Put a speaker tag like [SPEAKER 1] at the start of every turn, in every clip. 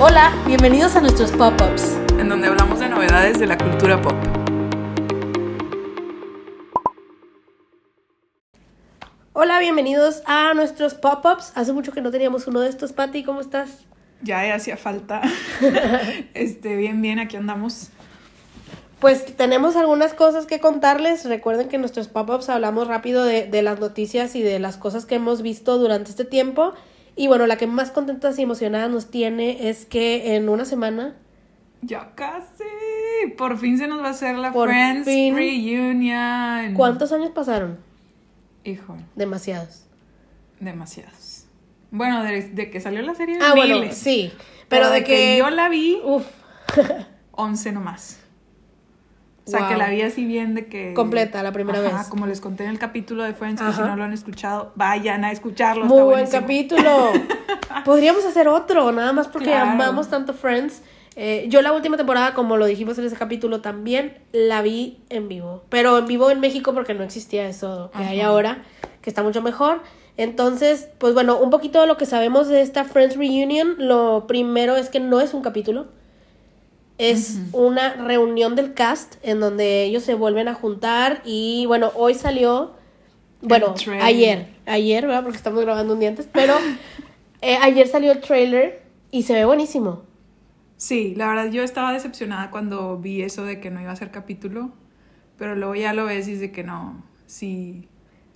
[SPEAKER 1] Hola, bienvenidos a nuestros pop-ups.
[SPEAKER 2] en donde hablamos de novedades de la cultura pop.
[SPEAKER 3] Hola, bienvenidos a nuestros pop-ups. Hace mucho que no teníamos uno de estos, Patti, ¿cómo estás?
[SPEAKER 2] Ya hacía falta. este, bien, bien, aquí andamos.
[SPEAKER 3] Pues tenemos algunas cosas que contarles. Recuerden que en nuestros pop-ups hablamos rápido de, de las noticias y de las cosas que hemos visto durante este tiempo. Y bueno, la que más contentas y emocionadas nos tiene es que en una semana,
[SPEAKER 2] Ya casi. Por fin se nos va a hacer la
[SPEAKER 3] Por
[SPEAKER 2] Friends
[SPEAKER 3] fin.
[SPEAKER 2] Reunion.
[SPEAKER 3] ¿cuántos años pasaron?
[SPEAKER 2] Hijo,
[SPEAKER 3] Demasiados.
[SPEAKER 2] demasiados. Bueno, de, de que salió la serie.
[SPEAKER 3] Ah, bueno,
[SPEAKER 2] miles.
[SPEAKER 3] sí. Pero de que...
[SPEAKER 2] yo la vi,
[SPEAKER 3] Uf,
[SPEAKER 2] 11 nomás. O sea,
[SPEAKER 3] Wow.
[SPEAKER 2] que la vi así bien de que...
[SPEAKER 3] Completa, la primera
[SPEAKER 2] Ajá,
[SPEAKER 3] vez.
[SPEAKER 2] como les conté en el capítulo de Friends, que si
[SPEAKER 3] Ajá.
[SPEAKER 2] no lo han escuchado, vayan a escucharlo.
[SPEAKER 3] Muy
[SPEAKER 2] está
[SPEAKER 3] buen
[SPEAKER 2] buenísimo.
[SPEAKER 3] capítulo. Podríamos hacer otro, nada más porque
[SPEAKER 2] Claro.
[SPEAKER 3] amamos tanto Friends. Eh, yo la última temporada, como lo dijimos en ese capítulo también, la vi en vivo. Pero en vivo en México porque no existía eso que hay
[SPEAKER 2] Ajá.
[SPEAKER 3] ahora, que está mucho mejor. Entonces, pues bueno, un poquito de lo que sabemos de esta Friends Reunion. Lo primero es que no es un capítulo. Es una reunión del cast en donde ellos se vuelven a juntar y bueno, hoy salió, bueno,
[SPEAKER 2] trailer.
[SPEAKER 3] ayer, ayer, ¿verdad? Porque estamos grabando un día antes, pero eh, ayer salió el trailer y se ve buenísimo.
[SPEAKER 2] Sí, la verdad yo estaba decepcionada cuando vi eso de que no iba a ser capítulo, pero luego ya lo ves y es de que no, sí,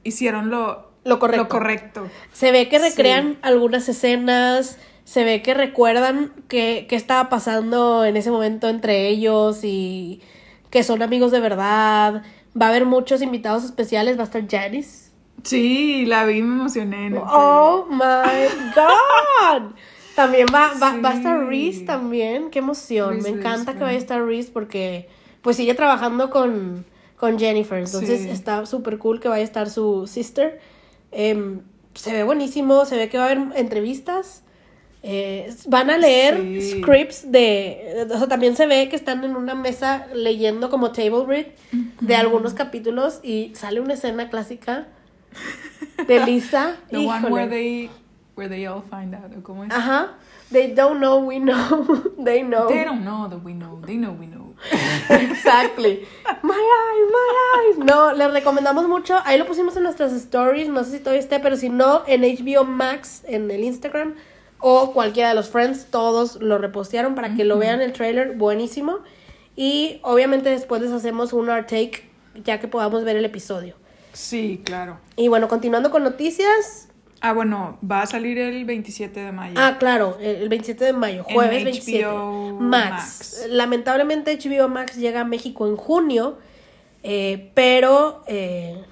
[SPEAKER 2] hicieron lo,
[SPEAKER 3] Lo correcto.
[SPEAKER 2] correcto.
[SPEAKER 3] Se ve que
[SPEAKER 2] Sí.
[SPEAKER 3] recrean algunas escenas, se ve que recuerdan qué qué estaba pasando en ese momento entre ellos y que son amigos de verdad. Va a haber muchos invitados especiales, va a estar Janice.
[SPEAKER 2] Sí, la vi y me emocioné. en el
[SPEAKER 3] Oh my god. También va, va, va a estar
[SPEAKER 2] Sí.
[SPEAKER 3] Reese también. Qué emoción.
[SPEAKER 2] Reese
[SPEAKER 3] Me encanta
[SPEAKER 2] Witherspoon.
[SPEAKER 3] que vaya a estar Reese porque pues sigue trabajando con, con Jennifer. Entonces
[SPEAKER 2] Sí.
[SPEAKER 3] está súper cool que vaya a estar su sister. Em, se ve buenísimo. Se ve que va a haber entrevistas. Eh, van a leer
[SPEAKER 2] Sí.
[SPEAKER 3] scripts de... O sea, también se ve que están en una mesa leyendo como table read de algunos capítulos y sale una escena clásica de Lisa.
[SPEAKER 2] trailer. The one
[SPEAKER 3] Híjole.
[SPEAKER 2] where they, where they all find out, ¿o ¿cómo es?
[SPEAKER 3] Ajá. They don't know, we know. They know.
[SPEAKER 2] They don't know that we know, they know we know.
[SPEAKER 3] Exactly. My eyes, my eyes. No, les recomendamos mucho. Ahí lo pusimos en nuestras stories. No sé si todavía esté, pero si no, en HBO Max, en el Instagram o cualquiera de los friends, todos lo repostearon para que lo vean el trailer. Buenísimo. Y obviamente después les hacemos un our take ya que podamos ver el episodio.
[SPEAKER 2] Sí, claro.
[SPEAKER 3] Y bueno, continuando con noticias.
[SPEAKER 2] Ah, bueno, va a salir el 27 de mayo.
[SPEAKER 3] Ah, claro, el el 27 de mayo,
[SPEAKER 2] En
[SPEAKER 3] jueves
[SPEAKER 2] HBO
[SPEAKER 3] 27.
[SPEAKER 2] Max.
[SPEAKER 3] Max. Lamentablemente HBO Max llega a México en junio, eh, pero eh,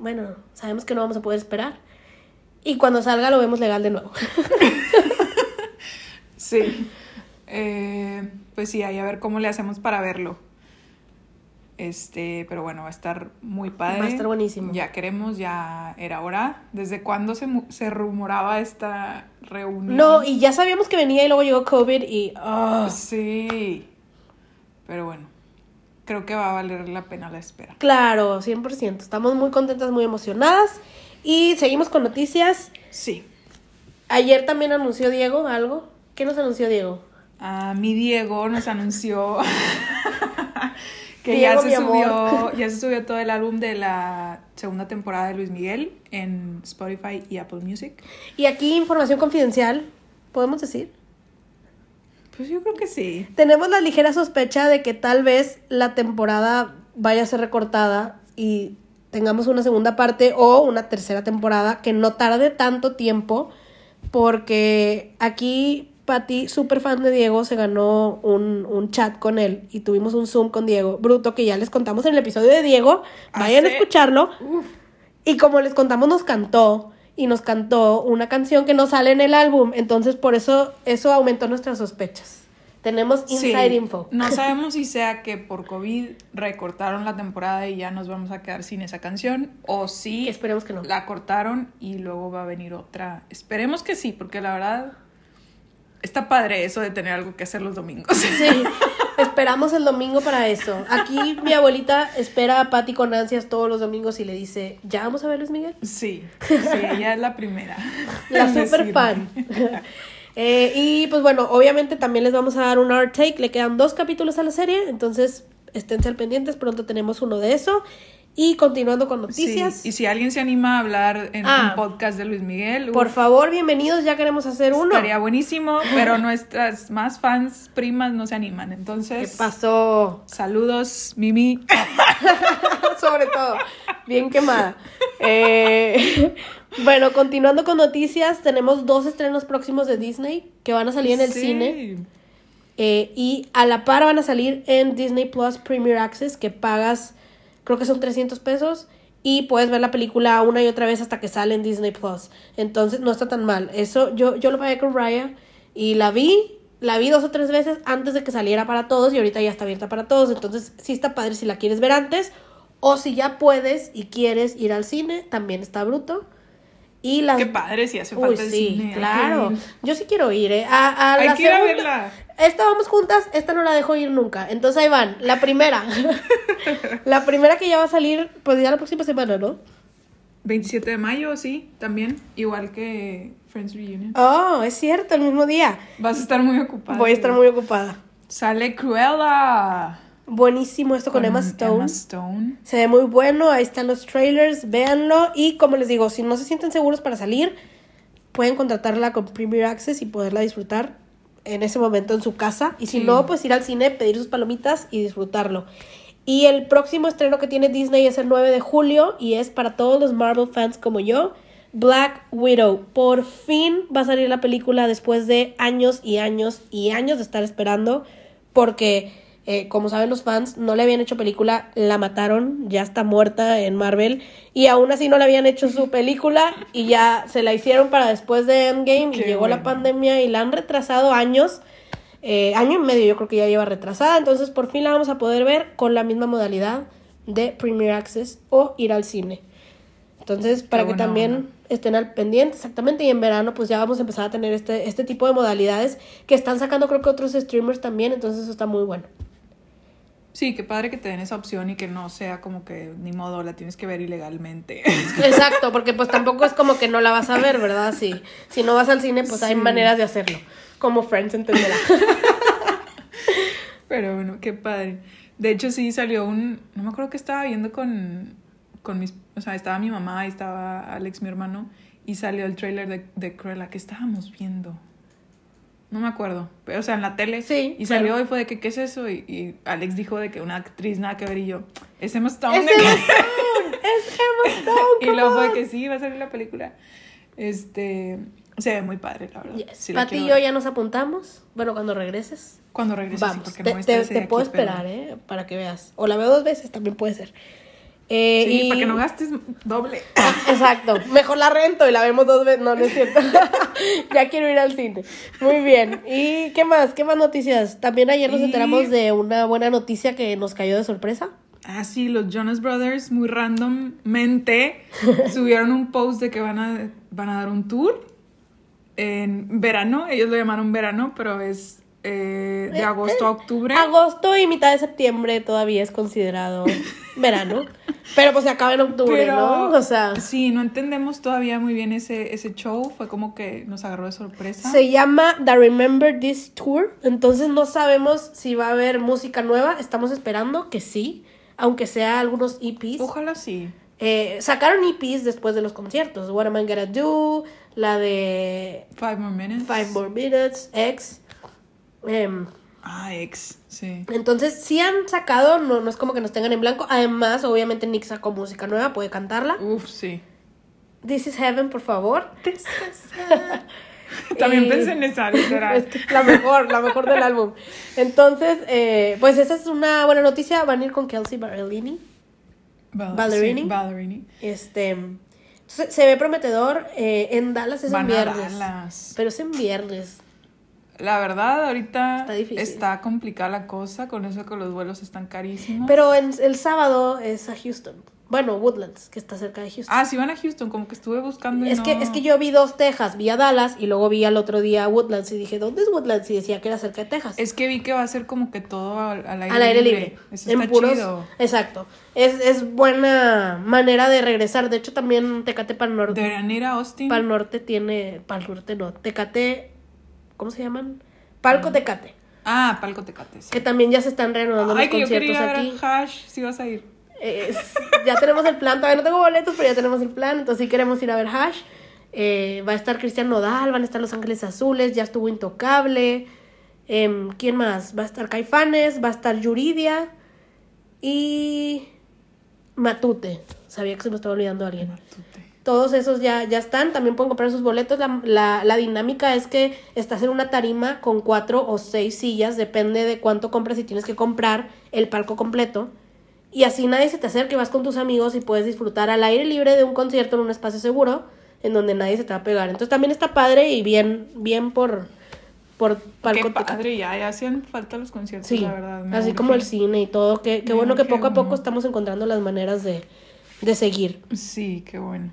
[SPEAKER 3] bueno, sabemos que no vamos a poder esperar. Y cuando salga lo vemos legal de nuevo.
[SPEAKER 2] Sí. Eh, pues sí, ahí a ver cómo le hacemos para verlo. Este, pero bueno, va a estar muy padre.
[SPEAKER 3] Va a estar buenísimo.
[SPEAKER 2] Ya queremos, ya era hora. ¿Desde cuándo se, mu- se rumoraba esta reunión?
[SPEAKER 3] no, y ya sabíamos que venía y luego llegó COVID y... ah,
[SPEAKER 2] Sí. Pero bueno, creo que va a valer la pena la espera.
[SPEAKER 3] claro, 100%. Estamos muy contentas, muy emocionadas. Y seguimos con noticias.
[SPEAKER 2] Sí.
[SPEAKER 3] Ayer también anunció Diego algo. ¿Qué nos anunció Diego?
[SPEAKER 2] Ah, mi Diego nos anunció que ya,
[SPEAKER 3] Diego,
[SPEAKER 2] se
[SPEAKER 3] mi amor.
[SPEAKER 2] subió, ya se subió todo el álbum de la segunda temporada de Luis Miguel en Spotify y Apple Music.
[SPEAKER 3] Y aquí información confidencial, podemos decir.
[SPEAKER 2] Pues yo creo que sí.
[SPEAKER 3] Tenemos la ligera sospecha de que tal vez la temporada vaya a ser recortada y tengamos una segunda parte o una tercera temporada que no tarde tanto tiempo porque aquí Patti, súper fan de Diego, se ganó un, un chat con él y tuvimos un Zoom con Diego Bruto que ya les contamos en el episodio de Diego. Vayan a
[SPEAKER 2] Hace-
[SPEAKER 3] escucharlo. Y como les contamos, nos cantó y nos cantó una canción que no sale en el álbum. Entonces, por eso, eso aumentó nuestras sospechas. Tenemos inside
[SPEAKER 2] Sí.
[SPEAKER 3] info.
[SPEAKER 2] No sabemos si sea que por COVID recortaron la temporada y ya nos vamos a quedar sin esa canción o si
[SPEAKER 3] Que esperemos que no.
[SPEAKER 2] la cortaron y luego va a venir otra. Esperemos que sí, porque la verdad está padre eso de tener algo que hacer los domingos.
[SPEAKER 3] Sí, esperamos el domingo para eso. Aquí mi abuelita espera a Patty con ansias todos los domingos y le dice, ¿ya vamos a ver Luis Miguel?
[SPEAKER 2] Sí, sí, ella es la primera.
[SPEAKER 3] La
[SPEAKER 2] en
[SPEAKER 3] super fan.
[SPEAKER 2] decirme.
[SPEAKER 3] Eh, y pues bueno, obviamente también les vamos a dar un hard take. Le quedan dos capítulos a la serie, entonces esténse al pendientes. Pronto tenemos uno de eso. Y continuando con noticias.
[SPEAKER 2] Sí, Y si alguien se anima a hablar en
[SPEAKER 3] Ah.
[SPEAKER 2] un podcast de Luis Miguel, uf,
[SPEAKER 3] Por favor, bienvenidos. Ya queremos hacer uno.
[SPEAKER 2] estaría buenísimo, pero nuestras más fans primas no se animan.
[SPEAKER 3] ¿Qué
[SPEAKER 2] Entonces,
[SPEAKER 3] pasó?
[SPEAKER 2] saludos, Mimi.
[SPEAKER 3] sobre todo. Bien quemada. Eh, bueno, continuando con noticias, tenemos dos estrenos próximos de Disney que van a salir en el
[SPEAKER 2] Sí.
[SPEAKER 3] cine. eh, y a la par van a salir en Disney Plus Premier Access, que pagas, creo que son 300 pesos. Y puedes ver la película una y otra vez hasta que sale en Disney Plus. Entonces no está tan mal. Eso, yo, yo lo pagué con Raya y la vi, la vi dos o tres veces antes de que saliera para todos y ahorita ya está abierta para todos. Entonces sí está padre si la quieres ver antes. O si ya puedes y quieres ir al cine, también está bruto. Y las
[SPEAKER 2] Qué padre, si hace falta
[SPEAKER 3] Uy,
[SPEAKER 2] el
[SPEAKER 3] sí,
[SPEAKER 2] cine. hay que
[SPEAKER 3] claro.
[SPEAKER 2] ir.
[SPEAKER 3] Yo sí quiero ir, ¿eh? A, a
[SPEAKER 2] Hay
[SPEAKER 3] la
[SPEAKER 2] que ir a
[SPEAKER 3] segunda-
[SPEAKER 2] verla.
[SPEAKER 3] Esta vamos juntas, esta no la dejo ir nunca. Entonces ahí van, la primera. la primera que ya va a salir, pues ya la próxima semana, ¿no?
[SPEAKER 2] 27 de mayo, sí, también. Igual que Friends Reunion.
[SPEAKER 3] Oh, es cierto, el mismo día.
[SPEAKER 2] Vas a estar muy ocupada.
[SPEAKER 3] Voy a estar muy ocupada.
[SPEAKER 2] Sale Cruella.
[SPEAKER 3] Buenísimo esto con, Emma Stone.
[SPEAKER 2] Stone.
[SPEAKER 3] Se ve muy bueno, ahí están los trailers, véanlo. Y como les digo, si no se sienten seguros para salir, pueden contratarla con Premier Access y poderla disfrutar en ese momento en su casa. Y si
[SPEAKER 2] Sí.
[SPEAKER 3] no, pues ir al cine, pedir sus palomitas y disfrutarlo. Y el próximo estreno que tiene Disney es el 9 de julio y es para todos los Marvel fans como yo. Black Widow, por fin va a salir la película después de años y años y años de estar esperando, porque eh, como saben los fans, no le habían hecho película, la mataron, ya está muerta en Marvel, y aún así no le habían hecho su película y ya se la hicieron para después de Endgame y
[SPEAKER 2] Qué
[SPEAKER 3] llegó la
[SPEAKER 2] bueno.
[SPEAKER 3] pandemia y la han retrasado años. Eh, año y medio yo creo que ya lleva retrasada, entonces por fin la vamos a poder ver con la misma modalidad de Premier Access o ir al cine. Entonces, para que
[SPEAKER 2] buena
[SPEAKER 3] también
[SPEAKER 2] onda.
[SPEAKER 3] estén al pendiente, exactamente, y en verano pues ya vamos a empezar a tener este, este tipo de modalidades que están sacando creo que otros streamers también, entonces eso está muy bueno.
[SPEAKER 2] Sí, qué padre que te den esa opción y que no sea como que ni modo, la tienes que ver ilegalmente.
[SPEAKER 3] Exacto, porque pues tampoco es como que no la vas a ver, ¿verdad? Sí. Si no vas al cine, pues hay maneras de hacerlo. Como Friends entenderá.
[SPEAKER 2] Pero bueno, qué padre. De hecho, sí salió un. No me acuerdo que estaba viendo con, con mis. O sea, estaba mi mamá y estaba Alex, mi hermano. Y salió el tráiler de, de Cruella que estábamos viendo. No me acuerdo. Pero, o sea, en la tele.
[SPEAKER 3] Sí,
[SPEAKER 2] Y
[SPEAKER 3] claro.
[SPEAKER 2] salió y fue de que, ¿qué es eso? Y, y Alex dijo de que una actriz nada que ver. Y yo, ¿es Emma Stone?
[SPEAKER 3] es Emma Stone, es Emma Stone.
[SPEAKER 2] y
[SPEAKER 3] ¿cómo
[SPEAKER 2] luego fue
[SPEAKER 3] vas?
[SPEAKER 2] de que sí, va a salir la película. Este. Se ve muy padre, la verdad.
[SPEAKER 3] Yes.
[SPEAKER 2] Sí la
[SPEAKER 3] Pati y
[SPEAKER 2] quiero
[SPEAKER 3] yo
[SPEAKER 2] ver.
[SPEAKER 3] ya nos apuntamos. Bueno, cuando regreses.
[SPEAKER 2] Cuando regrese, sí,
[SPEAKER 3] Vamos,
[SPEAKER 2] porque
[SPEAKER 3] te,
[SPEAKER 2] no voy a
[SPEAKER 3] te-
[SPEAKER 2] estar ese
[SPEAKER 3] te
[SPEAKER 2] día
[SPEAKER 3] puedo
[SPEAKER 2] aquí, pero-
[SPEAKER 3] esperar, ¿eh? Para que veas. O la veo dos veces, también puede ser. Eh,
[SPEAKER 2] Sí,
[SPEAKER 3] y-
[SPEAKER 2] para que no gastes doble.
[SPEAKER 3] Ah, Exacto. Mejor la rento y la vemos dos veces. No, no es cierto. ya quiero ir al cine. Muy bien. ¿Y qué más? ¿Qué más noticias? También ayer nos
[SPEAKER 2] Y-
[SPEAKER 3] enteramos de una buena noticia que nos cayó de sorpresa.
[SPEAKER 2] Ah, sí, los Jonas Brothers, muy randommente, subieron un post de que van a, van a dar un tour en verano. Ellos lo llamaron verano, pero es eh, de agosto a octubre.
[SPEAKER 3] Agosto y mitad de septiembre todavía es considerado verano. Pero pues se acaba en octubre,
[SPEAKER 2] Pero-
[SPEAKER 3] ¿no? O sea.
[SPEAKER 2] Sí, no entendemos todavía muy bien ese, ese show. Fue como que nos agarró de sorpresa.
[SPEAKER 3] Se llama The Remember This Tour. Entonces no sabemos si va a haber música nueva. Estamos esperando que sí. Aunque sea algunos EPs.
[SPEAKER 2] Ojalá sí.
[SPEAKER 3] Eh, sacaron EPs después de los conciertos. What Am I Gonna Do? La de
[SPEAKER 2] Five more minutes.
[SPEAKER 3] Five More Minutes, X. Em,
[SPEAKER 2] Ah, ex, sí.
[SPEAKER 3] entonces sí han sacado, no, no es como que nos tengan en blanco. Además, obviamente Nick sacó música nueva, puede cantarla.
[SPEAKER 2] Uf, sí.
[SPEAKER 3] This is Heaven, por favor.
[SPEAKER 2] También
[SPEAKER 3] Eh,
[SPEAKER 2] pensé en esa, literal.
[SPEAKER 3] Es que es la mejor, la mejor del álbum. Entonces, eh, pues esa es una buena noticia. Van a ir con Kelsey Barellini.
[SPEAKER 2] Val- sí,
[SPEAKER 3] Ballerini.
[SPEAKER 2] Ballerini.
[SPEAKER 3] Este, se, se ve prometedor. eh, en Dallas es en
[SPEAKER 2] Van a
[SPEAKER 3] viernes.
[SPEAKER 2] Dallas.
[SPEAKER 3] Pero es en viernes.
[SPEAKER 2] La verdad, ahorita
[SPEAKER 3] Está difícil.
[SPEAKER 2] está complicada la cosa, con eso que los vuelos están carísimos.
[SPEAKER 3] Pero en- el sábado es a Houston. Bueno, Woodlands, que está cerca de Houston.
[SPEAKER 2] Ah, sí van a Houston, como que estuve buscando y
[SPEAKER 3] es,
[SPEAKER 2] no-
[SPEAKER 3] que, es que yo vi dos Texas, vi a Dallas y luego vi al otro día a Woodlands y dije, ¿dónde es Woodlands? Y decía que era cerca de Texas.
[SPEAKER 2] Es que vi que va a ser como que todo al, al aire,
[SPEAKER 3] al aire libre.
[SPEAKER 2] Eso está
[SPEAKER 3] en puros-
[SPEAKER 2] chido.
[SPEAKER 3] Exacto. Es, es buena manera de regresar. De hecho, también Tecate para el norte.
[SPEAKER 2] Deberían ir a Austin.
[SPEAKER 3] Pal Norte tiene. Pal Norte no. Tecate. ¿Cómo se llaman?
[SPEAKER 2] Mm.
[SPEAKER 3] Palco Tecate.
[SPEAKER 2] Ah, palco tecate. sí.
[SPEAKER 3] Que también ya se están reanudando
[SPEAKER 2] Ay,
[SPEAKER 3] los
[SPEAKER 2] que yo
[SPEAKER 3] conciertos
[SPEAKER 2] quería ver
[SPEAKER 3] aquí.
[SPEAKER 2] a Hash si vas a ir.
[SPEAKER 3] Es- ya tenemos el plan, todavía no tengo boletos, pero ya tenemos el plan, entonces sí queremos ir a ver Hash. Eh, va a estar Cristian Nodal, van a estar Los Ángeles Azules, ya estuvo Intocable. Em, ¿Quién más? Va a estar Caifanes, va a estar Yuridia y Matute. Sabía que se me estaba olvidando alguien.
[SPEAKER 2] Matute.
[SPEAKER 3] Todos esos ya, ya están, también pueden comprar sus boletos. La, la- la dinámica es que estás en una tarima con cuatro o seis sillas, depende de cuánto compras y tienes que comprar el palco completo. Y así nadie se te acerca y vas con tus amigos y puedes disfrutar al aire libre de un concierto en un espacio seguro en donde nadie se te va a pegar. Entonces también está padre y bien, bien por, por palco.
[SPEAKER 2] Qué padre, ya, ya hacían falta los conciertos,
[SPEAKER 3] Sí,
[SPEAKER 2] la verdad. me
[SPEAKER 3] así
[SPEAKER 2] urge.
[SPEAKER 3] como el cine y todo. Qué, qué
[SPEAKER 2] Me
[SPEAKER 3] bueno que
[SPEAKER 2] urge
[SPEAKER 3] poco a poco
[SPEAKER 2] uno.
[SPEAKER 3] estamos encontrando las maneras de, de seguir.
[SPEAKER 2] Sí, qué bueno.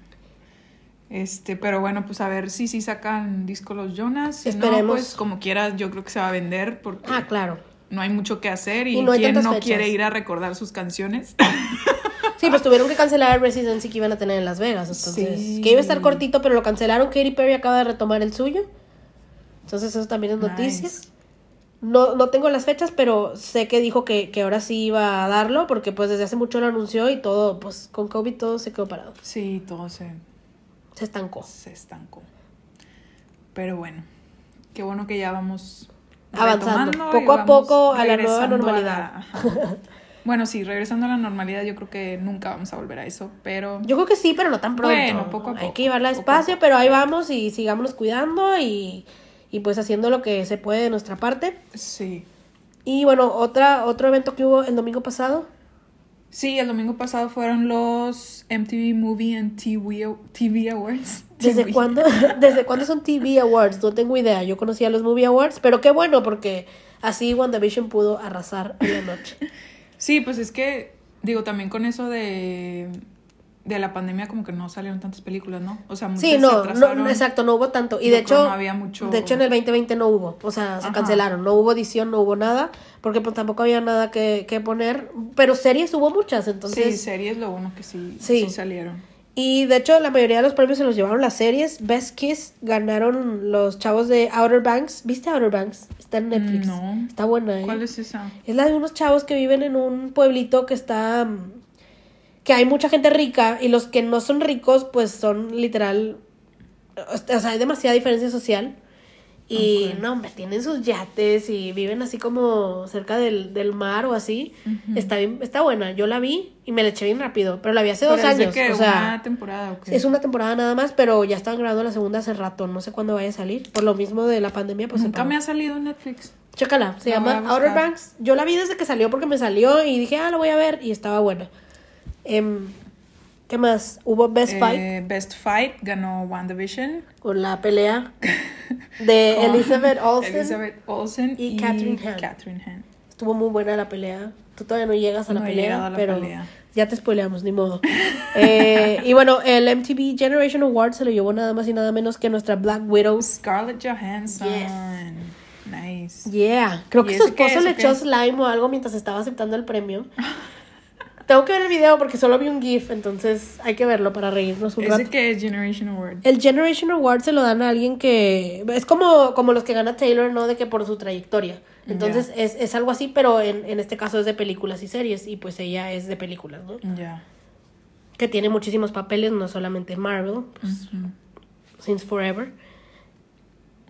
[SPEAKER 2] Este, pero bueno, pues a ver si sí sacan disco los Jonas. Si no,
[SPEAKER 3] Esperemos.
[SPEAKER 2] pues como quieras, yo creo que se va a vender porque
[SPEAKER 3] Ah, claro.
[SPEAKER 2] no hay mucho que hacer y,
[SPEAKER 3] Y no hay
[SPEAKER 2] quién no
[SPEAKER 3] tantas fechas.
[SPEAKER 2] quiere ir a recordar sus canciones.
[SPEAKER 3] Sí, pues tuvieron que cancelar el residency que iban a tener en Las Vegas. Entonces,
[SPEAKER 2] Sí.
[SPEAKER 3] que iba a estar cortito, pero lo cancelaron. Katy Perry acaba de retomar el suyo. Entonces, eso también es noticia.
[SPEAKER 2] Nice.
[SPEAKER 3] No, no tengo las fechas, pero sé que dijo que, que ahora sí iba a darlo, porque pues desde hace mucho lo anunció y todo, pues con COVID todo se quedó parado.
[SPEAKER 2] Sí, todo se,
[SPEAKER 3] Se estancó.
[SPEAKER 2] se estancó. Pero bueno, qué bueno que ya vamos
[SPEAKER 3] Avanzando,
[SPEAKER 2] retomando
[SPEAKER 3] poco
[SPEAKER 2] y
[SPEAKER 3] a
[SPEAKER 2] vamos
[SPEAKER 3] poco a la nueva
[SPEAKER 2] regresando
[SPEAKER 3] normalidad.
[SPEAKER 2] ajá. bueno, sí, regresando a la normalidad, yo creo que nunca vamos a volver a eso, pero
[SPEAKER 3] Yo creo que sí, pero no tan pronto.
[SPEAKER 2] Bueno, poco a
[SPEAKER 3] Hay
[SPEAKER 2] poco,
[SPEAKER 3] que llevarla
[SPEAKER 2] poco a
[SPEAKER 3] despacio, pero ahí vamos y sigámonos cuidando y, y pues haciendo lo que se puede de nuestra parte.
[SPEAKER 2] sí.
[SPEAKER 3] Y bueno, otra, otro evento que hubo el domingo pasado,
[SPEAKER 2] Sí, el domingo pasado fueron los MTV Movie and TV, Aw- TV Awards.
[SPEAKER 3] ¿Desde
[SPEAKER 2] TV.
[SPEAKER 3] cuándo, ¿Desde cuándo son TV Awards? No tengo idea. Yo conocía los Movie Awards, pero qué bueno, porque así WandaVision pudo arrasar en la noche.
[SPEAKER 2] Sí, pues es que, digo, también con eso de, de la pandemia como que no salieron tantas películas, ¿no? O sea, muchas
[SPEAKER 3] Sí,
[SPEAKER 2] se
[SPEAKER 3] no, no,
[SPEAKER 2] atrasaron.
[SPEAKER 3] no, exacto, no hubo tanto. Y
[SPEAKER 2] Yo
[SPEAKER 3] de
[SPEAKER 2] creo
[SPEAKER 3] hecho,
[SPEAKER 2] no había mucho-
[SPEAKER 3] de hecho en el 2020 no hubo, o sea, se
[SPEAKER 2] Ajá.
[SPEAKER 3] cancelaron, no hubo edición, no hubo nada, porque pues tampoco había nada que, que poner, pero series hubo muchas, entonces...
[SPEAKER 2] sí, series lo bueno que sí,
[SPEAKER 3] Sí.
[SPEAKER 2] sí. salieron.
[SPEAKER 3] Y de hecho, la mayoría de los premios se los llevaron las series. Best Kiss ganaron los chavos de Outer Banks. ¿Viste Outer Banks? Está en Netflix.
[SPEAKER 2] No.
[SPEAKER 3] Está buena, ¿eh?
[SPEAKER 2] ¿Cuál es esa?
[SPEAKER 3] Es la de unos chavos que viven en un pueblito que está. mm, que hay mucha gente rica y los que no son ricos, pues son literal. O sea, hay demasiada diferencia social. Y
[SPEAKER 2] Ok.
[SPEAKER 3] no, hombre, tienen sus yates y viven así como cerca del, del mar o así. Está bien, está buena. Yo la vi y me la eché bien rápido, pero la vi hace
[SPEAKER 2] Pero
[SPEAKER 3] dos
[SPEAKER 2] es de
[SPEAKER 3] años.
[SPEAKER 2] que
[SPEAKER 3] o sea,
[SPEAKER 2] una temporada o qué?
[SPEAKER 3] es una temporada nada más, pero ya están grabando la segunda hace rato. No sé cuándo vaya a salir. Por lo mismo de la pandemia, pues se
[SPEAKER 2] Nunca
[SPEAKER 3] paró.
[SPEAKER 2] me ha salido en Netflix.
[SPEAKER 3] Chécala, se
[SPEAKER 2] La voy
[SPEAKER 3] llama
[SPEAKER 2] a buscar.
[SPEAKER 3] Outer Banks. Yo la vi desde que salió porque me salió y dije, ah, la voy a ver y estaba buena. Em, ¿Qué más? Hubo Best
[SPEAKER 2] Eh,
[SPEAKER 3] Fight
[SPEAKER 2] Best Fight ganó WandaVision.
[SPEAKER 3] con la pelea de Eh,
[SPEAKER 2] con
[SPEAKER 3] Elizabeth Olsen.
[SPEAKER 2] Elizabeth Olsen
[SPEAKER 3] y
[SPEAKER 2] y,
[SPEAKER 3] Catherine Hahn.
[SPEAKER 2] Catherine Hahn.
[SPEAKER 3] Estuvo muy buena la pelea. Tú todavía no llegas a la
[SPEAKER 2] No he llegado
[SPEAKER 3] pelea,
[SPEAKER 2] a la
[SPEAKER 3] pero
[SPEAKER 2] pelea.
[SPEAKER 3] ya te spoileamos, ni modo. Eh, y bueno, el MTV Generation Award se lo llevó nada más y nada menos que nuestra Black Widow.
[SPEAKER 2] Scarlett Johansson. Nice.
[SPEAKER 3] Yeah, creo
[SPEAKER 2] ¿Y
[SPEAKER 3] que su
[SPEAKER 2] eso qué?
[SPEAKER 3] esposo le
[SPEAKER 2] ¿Eso qué?
[SPEAKER 3] echó slime o algo mientras estaba aceptando el premio. Tengo que ver el video porque solo vi un GIF, entonces hay que verlo para reírnos un rato.
[SPEAKER 2] Ese que es Generation Award.
[SPEAKER 3] El Generation Award se lo dan a alguien que es como, como los que gana Taylor, ¿no? De que por su trayectoria. Entonces es, es algo así, pero en, en este caso es de películas y series y pues ella es de películas, ¿no?
[SPEAKER 2] Ya.
[SPEAKER 3] Que tiene muchísimos papeles, no solamente Marvel, pues, Since Forever.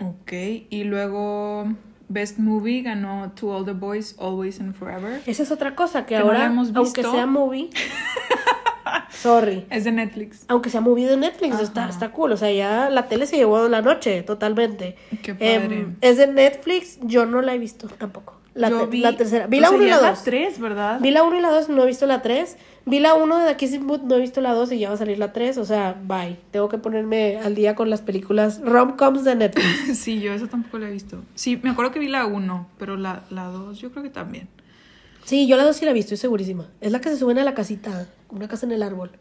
[SPEAKER 2] Ok. Y luego Best Movie ganó To All the Boys, Always and Forever.
[SPEAKER 3] Esa es otra cosa que,
[SPEAKER 2] Que no
[SPEAKER 3] ahora,
[SPEAKER 2] la hemos
[SPEAKER 3] aunque
[SPEAKER 2] visto.
[SPEAKER 3] sea movie, sorry.
[SPEAKER 2] Es de Netflix.
[SPEAKER 3] aunque sea movie de Netflix,
[SPEAKER 2] Ajá.
[SPEAKER 3] está, está cool. O sea, ya la tele se llevó la noche totalmente.
[SPEAKER 2] Qué padre.
[SPEAKER 3] Em, es de Netflix, yo no la he visto tampoco. La,
[SPEAKER 2] Yo
[SPEAKER 3] te- la tercera. Vi la
[SPEAKER 2] o sea,
[SPEAKER 3] 1 y
[SPEAKER 2] ya
[SPEAKER 3] la 2.
[SPEAKER 2] tres, ¿verdad?
[SPEAKER 3] Vi la 1 y la 2, no he visto la 3. Vi la 1 de The Kissing Booth, no he visto la 2 y ya va a salir la 3. O sea, bye. Tengo que ponerme al día con las películas rom-coms de Netflix.
[SPEAKER 2] Sí, yo eso tampoco la he visto. Sí, me acuerdo que vi la 1, pero la, la 2 yo creo que también.
[SPEAKER 3] Sí, yo la 2 sí la he visto, estoy segurísima. Es la que se suben a la casita, una casa en el árbol.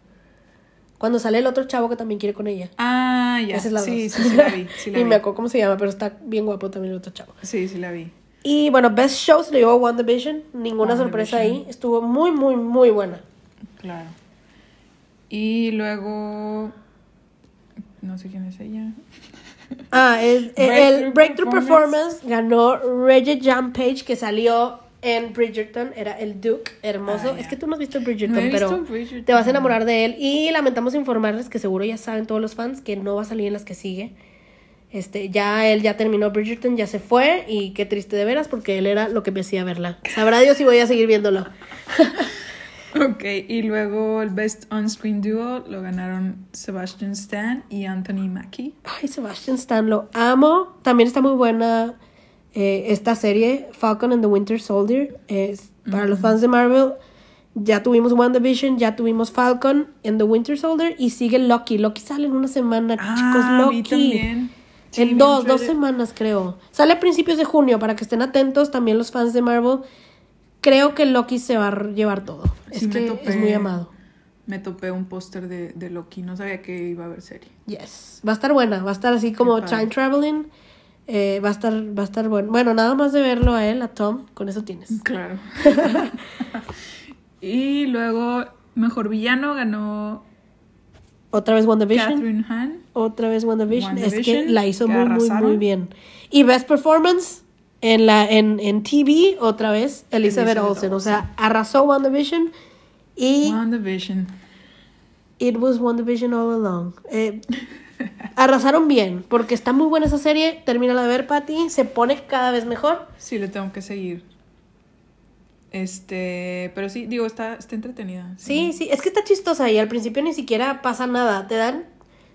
[SPEAKER 3] Cuando sale el otro chavo que también quiere con ella.
[SPEAKER 2] Ah, ya.
[SPEAKER 3] Esa es la
[SPEAKER 2] sí,
[SPEAKER 3] dos.
[SPEAKER 2] sí, sí la vi. Sí la
[SPEAKER 3] y
[SPEAKER 2] vi.
[SPEAKER 3] me acuerdo cómo se llama, pero está bien guapo también el otro chavo.
[SPEAKER 2] Sí, sí la vi.
[SPEAKER 3] Y bueno, Best Show se lo llevó WandaVision. Ninguna sorpresa ahí. Estuvo muy, muy, muy buena.
[SPEAKER 2] Claro. Y luego. No sé quién es ella.
[SPEAKER 3] Ah, es-
[SPEAKER 2] Breakthrough
[SPEAKER 3] el Breakthrough
[SPEAKER 2] Performance.
[SPEAKER 3] Performance ganó Reggie John Page, que salió en Bridgerton. Era el Duke, hermoso.
[SPEAKER 2] Ah, ya.
[SPEAKER 3] Es que tú no has visto
[SPEAKER 2] No
[SPEAKER 3] Bridgerton,
[SPEAKER 2] he
[SPEAKER 3] pero
[SPEAKER 2] visto Bridgerton.
[SPEAKER 3] te vas a enamorar de él. Y lamentamos informarles que seguro ya saben todos los fans que no va a salir en las que sigue. Este, ya él ya terminó Bridgerton, ya se fue. Y qué triste de veras, porque él era lo que me hacía verla. Sabrá Dios si voy a seguir viéndolo.
[SPEAKER 2] Ok, y luego el Best On-Screen Duo lo ganaron Sebastian Stan y Anthony Mackie.
[SPEAKER 3] Ay, Sebastian Stan, lo amo. También está muy buena eh, esta serie, Falcon and the Winter Soldier. Es, Para los fans de Marvel, ya tuvimos WandaVision, ya tuvimos Falcon and the Winter Soldier y sigue Loki. Loki sale en una semana,
[SPEAKER 2] Ah, vi
[SPEAKER 3] chicos, Loki.
[SPEAKER 2] también. Sí, vi
[SPEAKER 3] En
[SPEAKER 2] un
[SPEAKER 3] dos, dos
[SPEAKER 2] trailer.
[SPEAKER 3] semanas creo. Sale a principios de junio, para que estén atentos también los fans de Marvel. Creo que Loki se va a llevar todo. es
[SPEAKER 2] Sí, me
[SPEAKER 3] que
[SPEAKER 2] topé-
[SPEAKER 3] es muy amado.
[SPEAKER 2] Me topé un póster de, de Loki, no sabía que iba a haber serie.
[SPEAKER 3] Yes. Va a estar buena, va a estar así como
[SPEAKER 2] padre.
[SPEAKER 3] time traveling. eh, va a estar, va a estar bueno. Bueno, nada más de verlo a él, a Tom, con eso tienes.
[SPEAKER 2] Claro. y luego, mejor villano ganó
[SPEAKER 3] Otra vez WandaVision.
[SPEAKER 2] Catherine Hahn.
[SPEAKER 3] Otra vez WandaVision. Es que
[SPEAKER 2] WandaVision,
[SPEAKER 3] la hizo
[SPEAKER 2] que
[SPEAKER 3] muy, muy, muy
[SPEAKER 2] arrasaron.
[SPEAKER 3] bien. Y Best Performance en la, en, en TV, otra vez, Elizabeth,
[SPEAKER 2] Elizabeth
[SPEAKER 3] Olsen. O sea, arrasó WandaVision y
[SPEAKER 2] WandaVision.
[SPEAKER 3] It was WandaVision all along. Eh, arrasaron bien, porque está muy buena esa serie. Termina de ver, Patty. Se pone cada vez mejor.
[SPEAKER 2] Sí, le tengo que seguir. Este, pero sí, digo, está, está entretenida.
[SPEAKER 3] Sí, sí, es que está chistosa y al principio ni siquiera pasa nada. Te dan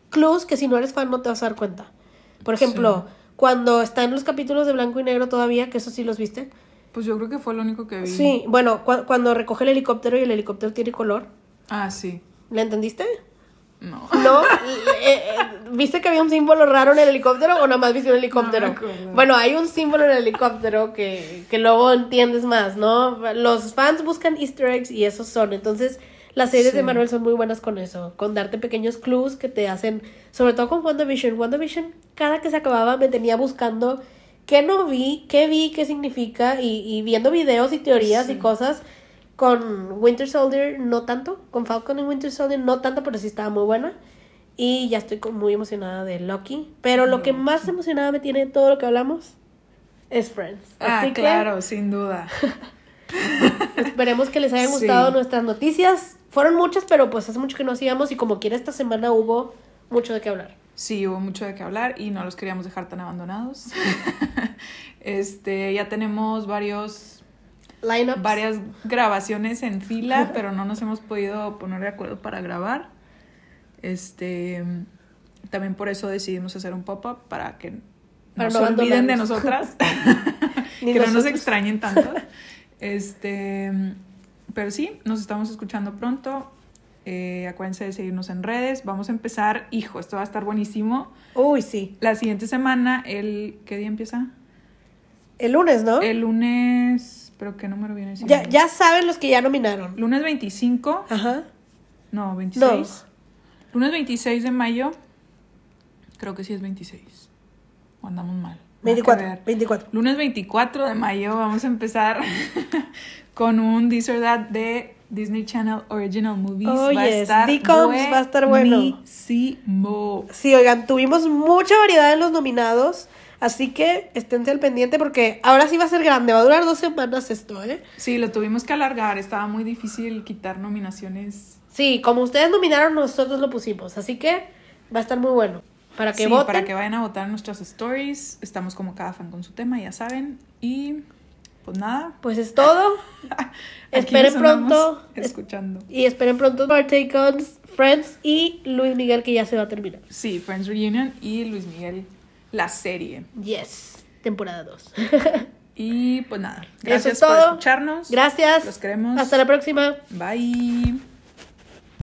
[SPEAKER 3] clues que si no eres fan no te vas a dar cuenta. Por ejemplo, cuando están los capítulos de blanco y negro todavía, que eso sí los viste.
[SPEAKER 2] Pues yo creo que fue lo único que vi.
[SPEAKER 3] Sí, bueno, cu- cuando recoge el helicóptero y el helicóptero tiene color.
[SPEAKER 2] Ah, sí.
[SPEAKER 3] ¿La entendiste?
[SPEAKER 2] No.
[SPEAKER 3] No, eh, eh, ¿viste que había un símbolo raro en el helicóptero o nada más viste un helicóptero?
[SPEAKER 2] No me acuerdo.
[SPEAKER 3] bueno, hay un símbolo en el helicóptero que, que luego entiendes más, ¿no? Los fans buscan easter eggs y esos son. Entonces, las series
[SPEAKER 2] Sí.
[SPEAKER 3] de Marvel son muy buenas con eso, con darte pequeños clues que te hacen, sobre todo con WandaVision. WandaVision, cada que se acababa me tenía buscando qué no vi, qué vi, qué significa y, y viendo videos y teorías y
[SPEAKER 2] Sí.
[SPEAKER 3] cosas. Con Winter Soldier no tanto, con Falcon y Winter Soldier no tanto, pero sí estaba muy buena. Y ya estoy con- muy emocionada de Loki. Pero lo que más emocionada me tiene de todo lo que hablamos es Friends.
[SPEAKER 2] Ah,
[SPEAKER 3] Así que
[SPEAKER 2] claro, sin duda.
[SPEAKER 3] Esperemos que les hayan
[SPEAKER 2] Sí.
[SPEAKER 3] gustado nuestras noticias. Fueron muchas, pero pues hace mucho que no hacíamos y como quiera esta semana hubo mucho de qué hablar.
[SPEAKER 2] Sí, hubo mucho de qué hablar y no los queríamos dejar tan abandonados. este, ya tenemos varios
[SPEAKER 3] Lineups.
[SPEAKER 2] varias grabaciones en fila, pero no nos hemos podido poner de acuerdo para grabar. Este, también por eso decidimos hacer un pop-up para que
[SPEAKER 3] Para
[SPEAKER 2] no
[SPEAKER 3] no
[SPEAKER 2] se olviden de
[SPEAKER 3] abandonarnos.
[SPEAKER 2] nosotras,
[SPEAKER 3] Ni
[SPEAKER 2] que no nos
[SPEAKER 3] nosotros.
[SPEAKER 2] extrañen tanto. Este, pero sí, nos estamos escuchando pronto. Eh, acuérdense de seguirnos en redes. Vamos a empezar, hijo, esto va a estar buenísimo.
[SPEAKER 3] Uy, sí.
[SPEAKER 2] La siguiente semana, el ¿qué día empieza?
[SPEAKER 3] El lunes, ¿no?
[SPEAKER 2] El lunes, pero qué número viene siendo?
[SPEAKER 3] Ya, ya saben los que ya nominaron.
[SPEAKER 2] Lunes 25
[SPEAKER 3] Ajá.
[SPEAKER 2] No, 26.
[SPEAKER 3] Dos.
[SPEAKER 2] Lunes 26 de mayo. Creo que sí es 26. O andamos mal. Nada que
[SPEAKER 3] 24.
[SPEAKER 2] ver.
[SPEAKER 3] 24.
[SPEAKER 2] Lunes 24 de mayo vamos a empezar con un This or That de Disney Channel Original Movies.
[SPEAKER 3] Oh, yes. DCOMS va a estar bueno.
[SPEAKER 2] buenísimo.
[SPEAKER 3] Sí, oigan, tuvimos mucha variedad en los nominados. Así que esténse al pendiente porque ahora sí va a ser grande. Va a durar dos semanas esto, ¿eh?
[SPEAKER 2] Sí, lo tuvimos que alargar. Estaba muy difícil quitar nominaciones.
[SPEAKER 3] Sí, como ustedes nominaron, nosotros lo pusimos. Así que va a estar muy bueno. Para que
[SPEAKER 2] Sí,
[SPEAKER 3] voten.
[SPEAKER 2] para que vayan a votar en nuestras stories. Estamos como cada fan con su tema, ya saben. Y pues nada.
[SPEAKER 3] Pues es todo.
[SPEAKER 2] Aquí
[SPEAKER 3] Esperen
[SPEAKER 2] nos andamos
[SPEAKER 3] pronto.
[SPEAKER 2] Escuchando.
[SPEAKER 3] Y esperen pronto Our Take on Friends y Luis Miguel, que ya se va a terminar.
[SPEAKER 2] Sí, Friends Reunion y Luis Miguel, la serie.
[SPEAKER 3] Yes. Temporada 2.
[SPEAKER 2] Y pues nada,
[SPEAKER 3] Eso
[SPEAKER 2] gracias
[SPEAKER 3] es todo.
[SPEAKER 2] por escucharnos.
[SPEAKER 3] Gracias.
[SPEAKER 2] Los queremos.
[SPEAKER 3] Hasta la próxima.
[SPEAKER 2] Bye.